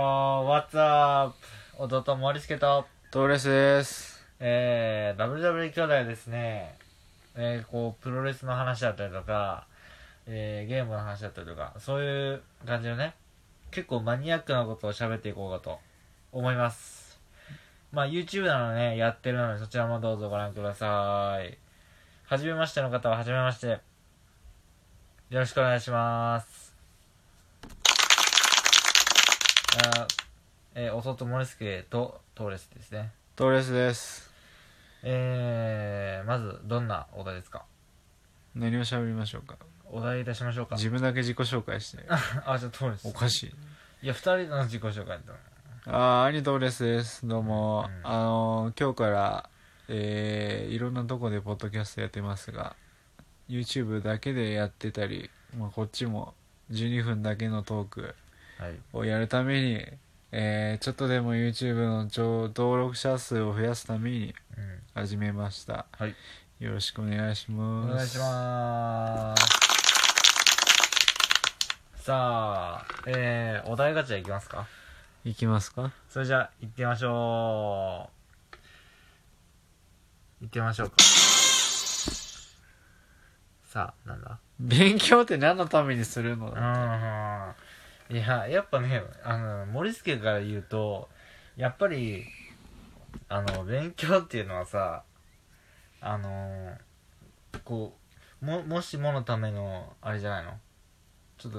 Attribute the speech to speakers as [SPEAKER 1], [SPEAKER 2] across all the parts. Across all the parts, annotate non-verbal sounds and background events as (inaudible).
[SPEAKER 1] What's up? 弟森助と、
[SPEAKER 2] トーレスです。
[SPEAKER 1] えー、WWE 兄弟ですね、えー、こう、プロレスの話だったりとか、えー、ゲームの話だったりとか、そういう感じのね、結構マニアックなことを喋っていこうかと思います。まあ、YouTube なのね、やってるので、そちらもどうぞご覧ください。はじめましての方は、はじめまして。よろしくお願いします。あえー、弟森助とトーレスですね。
[SPEAKER 2] トーレスです。
[SPEAKER 1] えー、まずどんなお題ですか
[SPEAKER 2] 何を喋りましょうか。
[SPEAKER 1] お題いたしましょうか
[SPEAKER 2] 自分だけ自己紹介して。
[SPEAKER 1] (laughs) あじゃあトーレス
[SPEAKER 2] おかしい。
[SPEAKER 1] いや2人の自己紹介だ
[SPEAKER 2] あー、兄トーレスです。どうも。
[SPEAKER 1] うん
[SPEAKER 2] あのー、今日から、えー、いろんなとこでポッドキャストやってますが、YouTube だけでやってたり、まあ、こっちも12分だけのトーク
[SPEAKER 1] はい
[SPEAKER 2] をやるために、えー、ちょっとでも YouTube の上登録者数を増やすために
[SPEAKER 1] うん
[SPEAKER 2] 始めました。
[SPEAKER 1] はい
[SPEAKER 2] よろしくお願いしま
[SPEAKER 1] お
[SPEAKER 2] す。
[SPEAKER 1] 願いしますさあえー、お題ガチャいきますか
[SPEAKER 2] す。いきますか
[SPEAKER 1] それじゃあ行ってみましょう行ってみましょうかさあなんだ
[SPEAKER 2] 勉強って何のためにするの
[SPEAKER 1] うんいややっぱねあの森助から言うとやっぱりあの勉強っていうのはさあのこうももしものためのあれじゃないのちょっと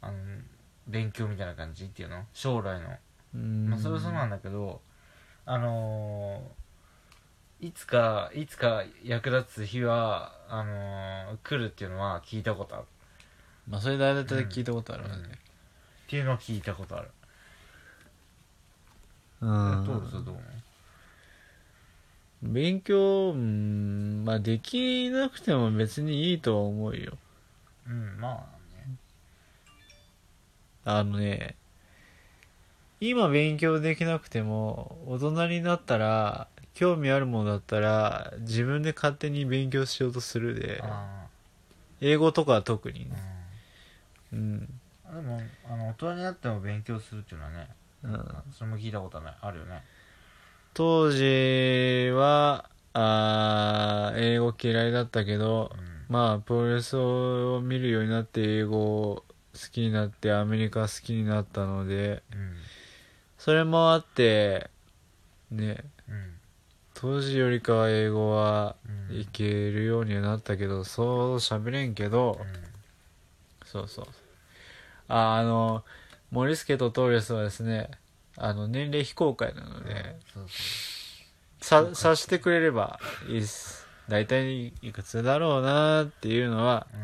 [SPEAKER 1] あの勉強みたいな感じっていうの将来の
[SPEAKER 2] うん
[SPEAKER 1] まあ、それはそうなんだけどあのーいつかいつか役立つ日はあのー来るっていうのは聞いたことある
[SPEAKER 2] まあそれ大体聞いたことあるわね
[SPEAKER 1] っていうのを聞いたことある
[SPEAKER 2] うん
[SPEAKER 1] どうですどう思う
[SPEAKER 2] 勉強うんまあできなくても別にいいとは思うよ
[SPEAKER 1] うんまあね
[SPEAKER 2] あのね今勉強できなくても大人になったら興味あるものだったら自分で勝手に勉強しようとするで
[SPEAKER 1] あ
[SPEAKER 2] 英語とかは特に
[SPEAKER 1] ー
[SPEAKER 2] ねうん、
[SPEAKER 1] うんでもあの大人になっても勉強するっていうのはね
[SPEAKER 2] うん、
[SPEAKER 1] それも聞いたことないあるよね
[SPEAKER 2] 当時はあー英語嫌いだったけど
[SPEAKER 1] うん
[SPEAKER 2] まあプロレスを見るようになって英語を好きになってアメリカ好きになったので
[SPEAKER 1] うん
[SPEAKER 2] それもあってね
[SPEAKER 1] うん
[SPEAKER 2] 当時よりかは英語は
[SPEAKER 1] うん
[SPEAKER 2] いけるようにはなったけどそう喋れんけどそうそうああの森助とトーレスはですねあの年齢非公開なの
[SPEAKER 1] うん
[SPEAKER 2] で
[SPEAKER 1] そうそ
[SPEAKER 2] さ察してくれればいいです大体いくつだろうなっていうのは
[SPEAKER 1] ううん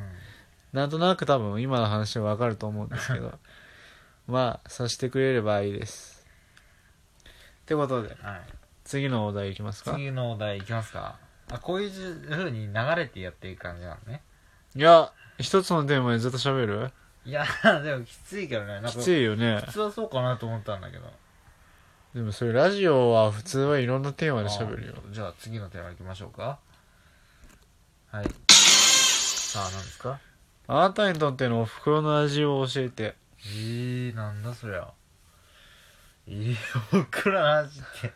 [SPEAKER 2] なんとなく多分今の話はわかると思うんです
[SPEAKER 1] (laughs)
[SPEAKER 2] けどまあさしてくれればいいですってことで
[SPEAKER 1] はい
[SPEAKER 2] 次のお題いきますか
[SPEAKER 1] 次のお題いきますかあこういうふうに流れてやっていく感じなのね
[SPEAKER 2] いや一つのテーマでずっと喋る
[SPEAKER 1] いや (laughs) ーでもきついけどねなんか
[SPEAKER 2] きついよね
[SPEAKER 1] 普通はそうかなと思ったんだけど
[SPEAKER 2] でもそれラジオは普通はいろんなテーマで喋るよ
[SPEAKER 1] あーじゃあ次のテーマいきましょうかはいさあ何ですか
[SPEAKER 2] あなたにとってのお袋の味を教えて
[SPEAKER 1] えー、なんだそりゃえー、僕らの話って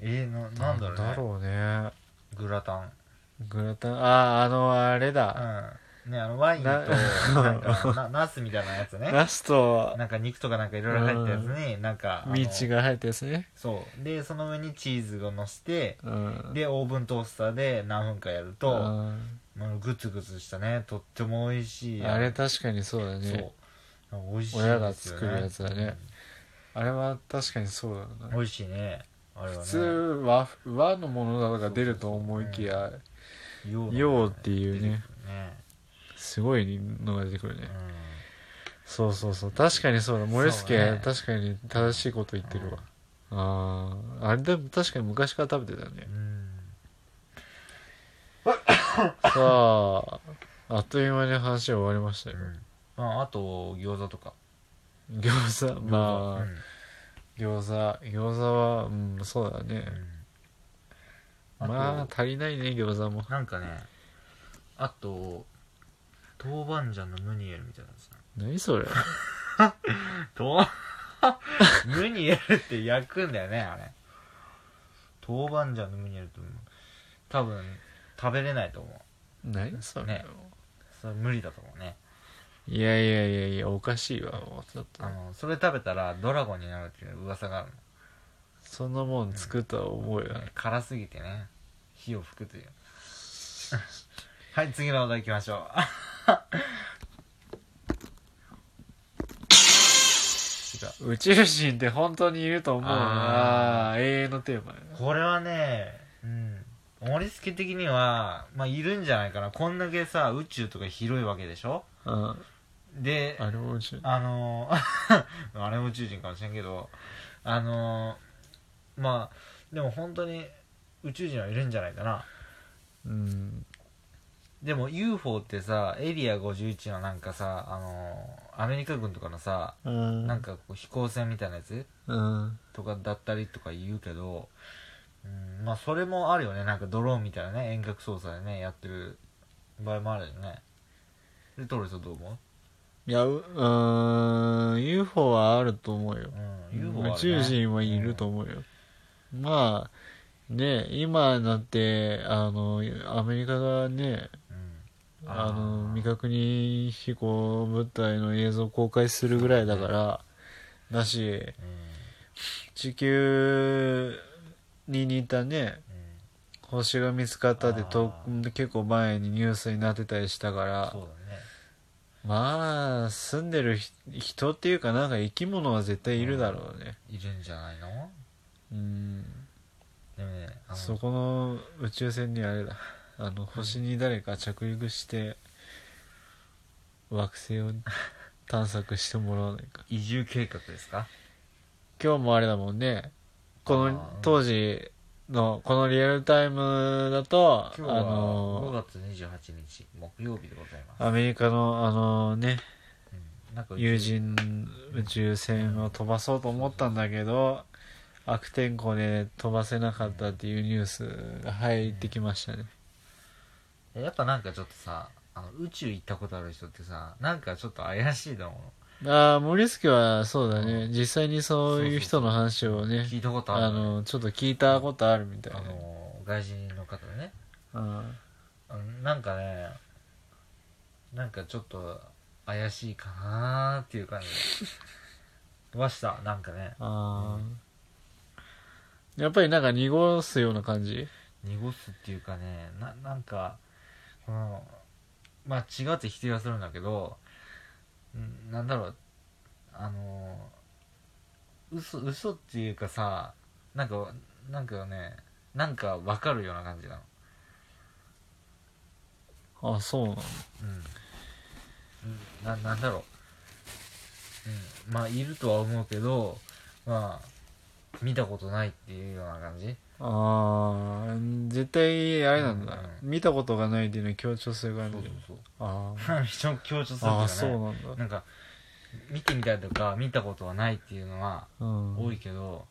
[SPEAKER 1] えー、ななんだろう,、ね、
[SPEAKER 2] うね
[SPEAKER 1] グラタン
[SPEAKER 2] グラタンあああのあれだ
[SPEAKER 1] うんねあのワインと
[SPEAKER 2] (laughs) な
[SPEAKER 1] なんかなナスみたいなやつね
[SPEAKER 2] ラスト
[SPEAKER 1] なんか肉とかなんかいろいろ入ったやつに、なんかあの
[SPEAKER 2] ミーチが入ったやつね
[SPEAKER 1] そうでその上にチーズをのせて
[SPEAKER 2] うん
[SPEAKER 1] でオーブントースターで何分かやると、
[SPEAKER 2] うん
[SPEAKER 1] もうグツグツしたねとっても美味しい
[SPEAKER 2] あれ確かにそうだね
[SPEAKER 1] そう美味しいですよ、ね、
[SPEAKER 2] 親が作るやつだねあれは確かにそうだ
[SPEAKER 1] う
[SPEAKER 2] なん
[SPEAKER 1] 美味しいねあれはね
[SPEAKER 2] 普通和和のものが出ると思いきや
[SPEAKER 1] 洋だね
[SPEAKER 2] 洋っていうね
[SPEAKER 1] ね
[SPEAKER 2] すごいのが出てくるね
[SPEAKER 1] うん
[SPEAKER 2] そうそうそう確かにそうだ森
[SPEAKER 1] そうだ
[SPEAKER 2] 助
[SPEAKER 1] ね
[SPEAKER 2] 確かに正しいこと言ってるわあーあれでも確かに昔から食べてたね
[SPEAKER 1] うん
[SPEAKER 2] さああっという間に話は終わりましたよ
[SPEAKER 1] うんまあ、あと餃子とか
[SPEAKER 2] 餃子ま
[SPEAKER 1] うん
[SPEAKER 2] あ餃子餃子はうんそうだね
[SPEAKER 1] うんあと
[SPEAKER 2] まあ足りないね餃子も
[SPEAKER 1] なんかねあと豆板醤のムニエルみたいなやつ
[SPEAKER 2] 何それ
[SPEAKER 1] (laughs) と無にやるって焼くんだよねあれ豆板醤の無にやると多分食べれないと思う
[SPEAKER 2] (laughs) 何それ、
[SPEAKER 1] ねそれ無理だと思うね
[SPEAKER 2] いやいやいやいやおかしいわもうちょっと
[SPEAKER 1] あのそれ食べたらドラゴンになるっていう噂がある
[SPEAKER 2] そんなもん作った覚え
[SPEAKER 1] の、
[SPEAKER 2] がない、
[SPEAKER 1] 辛すぎてね火を吹くという (laughs) はい次のお題いきましょう違う
[SPEAKER 2] 宇宙人って本当にいると思うな永遠のテーマや
[SPEAKER 1] (laughs) これはね、うん、森助的には、まあ、いるんじゃないかな。こんだけさ、宇宙とか広いわけでしょ
[SPEAKER 2] な
[SPEAKER 1] で、
[SPEAKER 2] あれも宇宙人
[SPEAKER 1] あの (laughs) ーあれも宇宙人かもしれんけど、あのーまあ、でも本当に宇宙人はいるんじゃないかな。
[SPEAKER 2] うん
[SPEAKER 1] でも UFO ってさ、エリア51のなんかさ、あのーアメリカ軍とかのさ、
[SPEAKER 2] うん
[SPEAKER 1] なんかこう飛行船みたいなやつ
[SPEAKER 2] うん
[SPEAKER 1] とかだったりとか言うけど、うん、まあそれもあるよねなんかドローンみたいなね遠隔操作でねやってる場合もあるよねでトロリスはどう思
[SPEAKER 2] いやううーん UFO はあると思うよ
[SPEAKER 1] う、うん、UFO はあるね
[SPEAKER 2] 宇宙人はいると思うよ、まあね今だってあのアメリカがね
[SPEAKER 1] うん
[SPEAKER 2] あの
[SPEAKER 1] ー
[SPEAKER 2] 未確認飛行物体の映像を公開するぐらいだからだし
[SPEAKER 1] う
[SPEAKER 2] 地球に似たね
[SPEAKER 1] んうん
[SPEAKER 2] 星が見つかったってと
[SPEAKER 1] あ
[SPEAKER 2] 結構前にニュースになってたりしたから
[SPEAKER 1] そうだね
[SPEAKER 2] まあ住んでるひ人っていうかなんか生き物は絶対いるだろうね
[SPEAKER 1] いるんじゃないの
[SPEAKER 2] うん
[SPEAKER 1] でもねあの
[SPEAKER 2] そこの宇宙船にあれだあの星に誰か着陸して惑星を探索してもらわないか
[SPEAKER 1] 移住計画ですか
[SPEAKER 2] 今日もあれだもんねこ
[SPEAKER 1] あーうん
[SPEAKER 2] の当時のこのリアルタイムだとあ
[SPEAKER 1] 今日は5
[SPEAKER 2] の
[SPEAKER 1] 月28日木曜日でございます、
[SPEAKER 2] アメリカのあのね
[SPEAKER 1] うん、なんか宇宙
[SPEAKER 2] 友人宇宙船を飛ばそうと思ったんだけど悪天候で飛ばせなかったっていうニュースが入ってきましたね
[SPEAKER 1] やっぱなんかちょっとさあの宇宙行ったことある人ってさなんかちょっと怪しいと思う
[SPEAKER 2] ああ森助はそうだね
[SPEAKER 1] う
[SPEAKER 2] 実際にそういう人の話をね
[SPEAKER 1] 聞いたことある
[SPEAKER 2] あのちょっと聞いたことあるみたい
[SPEAKER 1] あの外人の方でね
[SPEAKER 2] な
[SPEAKER 1] うんなんかねなんかちょっと怪しいかなーっていう感じはしたなんかね
[SPEAKER 2] ああーやっぱりなんか濁すような感じ
[SPEAKER 1] 濁すっていうかねななんかこのまあ違うって否定はするんだけどうんなんだろうあの嘘嘘っていうかさなんかなんかねなんかわかるような感じなの
[SPEAKER 2] あそうなの
[SPEAKER 1] うんななんだろう、うん、まあいるとは思うけどまあ見たことないっていうような感じ
[SPEAKER 2] ああ絶対あれなんだ、
[SPEAKER 1] う
[SPEAKER 2] 見たことがないっていうのは強調する
[SPEAKER 1] そう
[SPEAKER 2] 感
[SPEAKER 1] そ
[SPEAKER 2] じ
[SPEAKER 1] うそう
[SPEAKER 2] あ
[SPEAKER 1] (laughs)
[SPEAKER 2] ー
[SPEAKER 1] 非常に強調するんだよ
[SPEAKER 2] あ
[SPEAKER 1] ね
[SPEAKER 2] ーそうなんだ
[SPEAKER 1] なんか見てみたいとか見たことはないっていうのは
[SPEAKER 2] うん
[SPEAKER 1] 多いけど、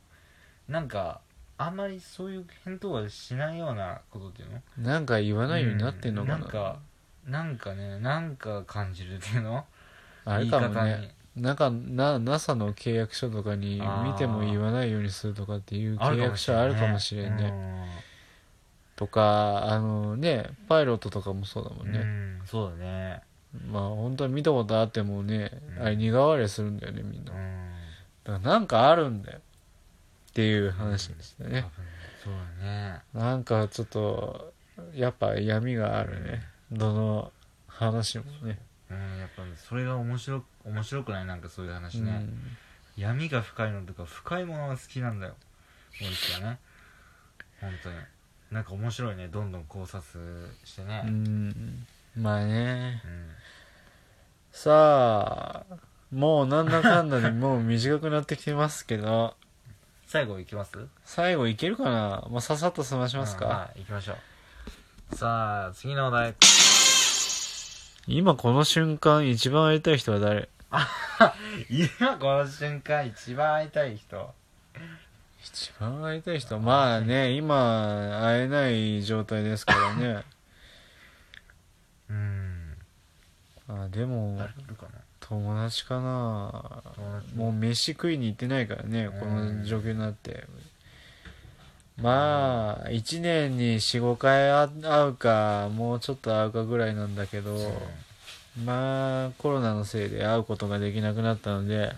[SPEAKER 1] なんかあんまりそういう返答はしないようなことっていうの
[SPEAKER 2] なんか言わないようになってんのかな,、
[SPEAKER 1] うんなんかなんかねなんか感じるっていうの
[SPEAKER 2] あれ
[SPEAKER 1] 言い
[SPEAKER 2] か
[SPEAKER 1] 方
[SPEAKER 2] もね
[SPEAKER 1] に
[SPEAKER 2] なんかな NASA の契約書とかに
[SPEAKER 1] あー
[SPEAKER 2] 見ても言わないようにするとかっていう
[SPEAKER 1] あ
[SPEAKER 2] 契約書あるかもしれんねとかあのねパイロットとかもそうだも
[SPEAKER 1] うんん、
[SPEAKER 2] ね、
[SPEAKER 1] うんそうだね
[SPEAKER 2] まあ本当に見たことあってもね、
[SPEAKER 1] うん
[SPEAKER 2] あれ苦笑いするんだよねみんな
[SPEAKER 1] う
[SPEAKER 2] だか
[SPEAKER 1] ん
[SPEAKER 2] らなんかあるんだよっていう話でした
[SPEAKER 1] 多
[SPEAKER 2] ね
[SPEAKER 1] 分、そうだね
[SPEAKER 2] なんかちょっとやっぱ闇があるねどの話もね
[SPEAKER 1] うんやっぱそれが面白く面白くないなんかそういう話ね、
[SPEAKER 2] うん
[SPEAKER 1] 闇が深いのとか深いものが好きなんだよ森はね本当になんか面白いねどんどん考察してね
[SPEAKER 2] う、んまあね
[SPEAKER 1] うん
[SPEAKER 2] さあもうなんだかんだでもう短くなってきてますけど (laughs)
[SPEAKER 1] 最後いきます
[SPEAKER 2] 最後いけるかな、まあ、ささっと済ましま
[SPEAKER 1] う
[SPEAKER 2] す
[SPEAKER 1] ん
[SPEAKER 2] か、
[SPEAKER 1] はい行きましょうさあ次のお題
[SPEAKER 2] 今この瞬間一番会いたい人は誰
[SPEAKER 1] 今この瞬間一番会いたい人
[SPEAKER 2] 一番会いたい人まあね今会えない状態ですから (laughs) ね
[SPEAKER 1] うん
[SPEAKER 2] あでも
[SPEAKER 1] 誰いるかな
[SPEAKER 2] 友達かな
[SPEAKER 1] 友達
[SPEAKER 2] もう飯食いに行ってないからね
[SPEAKER 1] うん
[SPEAKER 2] この状況になってまあ1年に45回あ会うかもうちょっと会うかぐらいなんだけど
[SPEAKER 1] うん
[SPEAKER 2] まあコロナのせいで会うことができなくなったので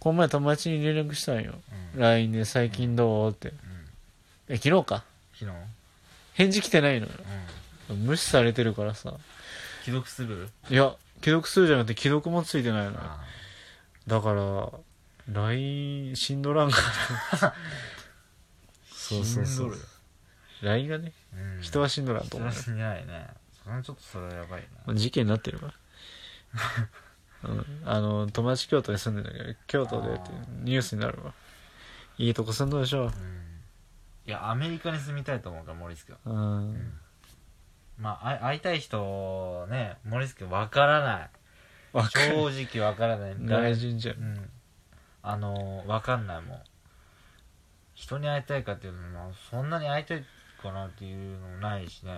[SPEAKER 2] この前友達に連絡したんよ
[SPEAKER 1] うんうん
[SPEAKER 2] LINE で「最近どう?」ってえ昨日か
[SPEAKER 1] 昨日うん
[SPEAKER 2] 返事来てないのよ無視されてるからさ
[SPEAKER 1] 既読する
[SPEAKER 2] いや既読するじゃなくて既読もついてないのよ
[SPEAKER 1] あ
[SPEAKER 2] だから LINE しんどらんから (laughs) そうそうそ
[SPEAKER 1] しんど
[SPEAKER 2] う
[SPEAKER 1] る
[SPEAKER 2] LINE がね
[SPEAKER 1] うん
[SPEAKER 2] 人はしんどらんと
[SPEAKER 1] 人
[SPEAKER 2] 思う
[SPEAKER 1] は死んでないねそれはちょっとそれはやばい
[SPEAKER 2] まあ事件になってるから (laughs) うん、あの友達京都に住んでんだけど京都でってニュースになるわいいとこ住んどるでしょ
[SPEAKER 1] なうんいやアメリカに住みたいと思うからモリスケは
[SPEAKER 2] うん
[SPEAKER 1] まああ会いたい人ねモリスケわからない
[SPEAKER 2] わかる
[SPEAKER 1] 正直わからない
[SPEAKER 2] 外人じゃん
[SPEAKER 1] うんあのわかんないもん人に会いたいかっていうのもそんなに会いたいかなっていうのもないし
[SPEAKER 2] (laughs)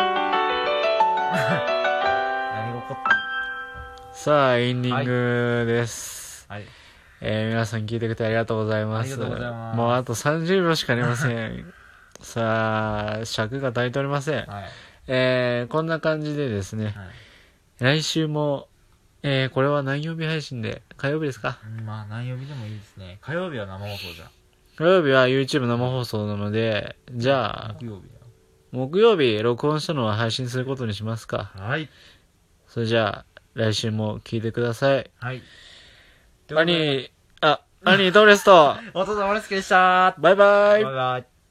[SPEAKER 1] ね何が起こっ
[SPEAKER 2] さあエンディングです、
[SPEAKER 1] たはい
[SPEAKER 2] えー皆さん聞いてくれてありがとうございます
[SPEAKER 1] ありがとうございます
[SPEAKER 2] もうあと30秒しかありませんさあ尺が足りておりません
[SPEAKER 1] はい
[SPEAKER 2] えーこんな感じでですね、
[SPEAKER 1] はい
[SPEAKER 2] 来週も、えーこれは何曜日配信で、火曜日ですか
[SPEAKER 1] うんまあ何曜日でもいいですね火曜日は生放送じゃん
[SPEAKER 2] 火曜日は YouTube 生放送なので、じゃあ、
[SPEAKER 1] 木曜日だよ
[SPEAKER 2] 木曜日録音したのは配信することにしますか。
[SPEAKER 1] はい
[SPEAKER 2] それじゃあ、来週も聞いてください。
[SPEAKER 1] はい
[SPEAKER 2] 兄、あ、兄、トーレスト、
[SPEAKER 1] お父さんモリスケでした
[SPEAKER 2] バイバ
[SPEAKER 1] バ
[SPEAKER 2] イ
[SPEAKER 1] イ。バイ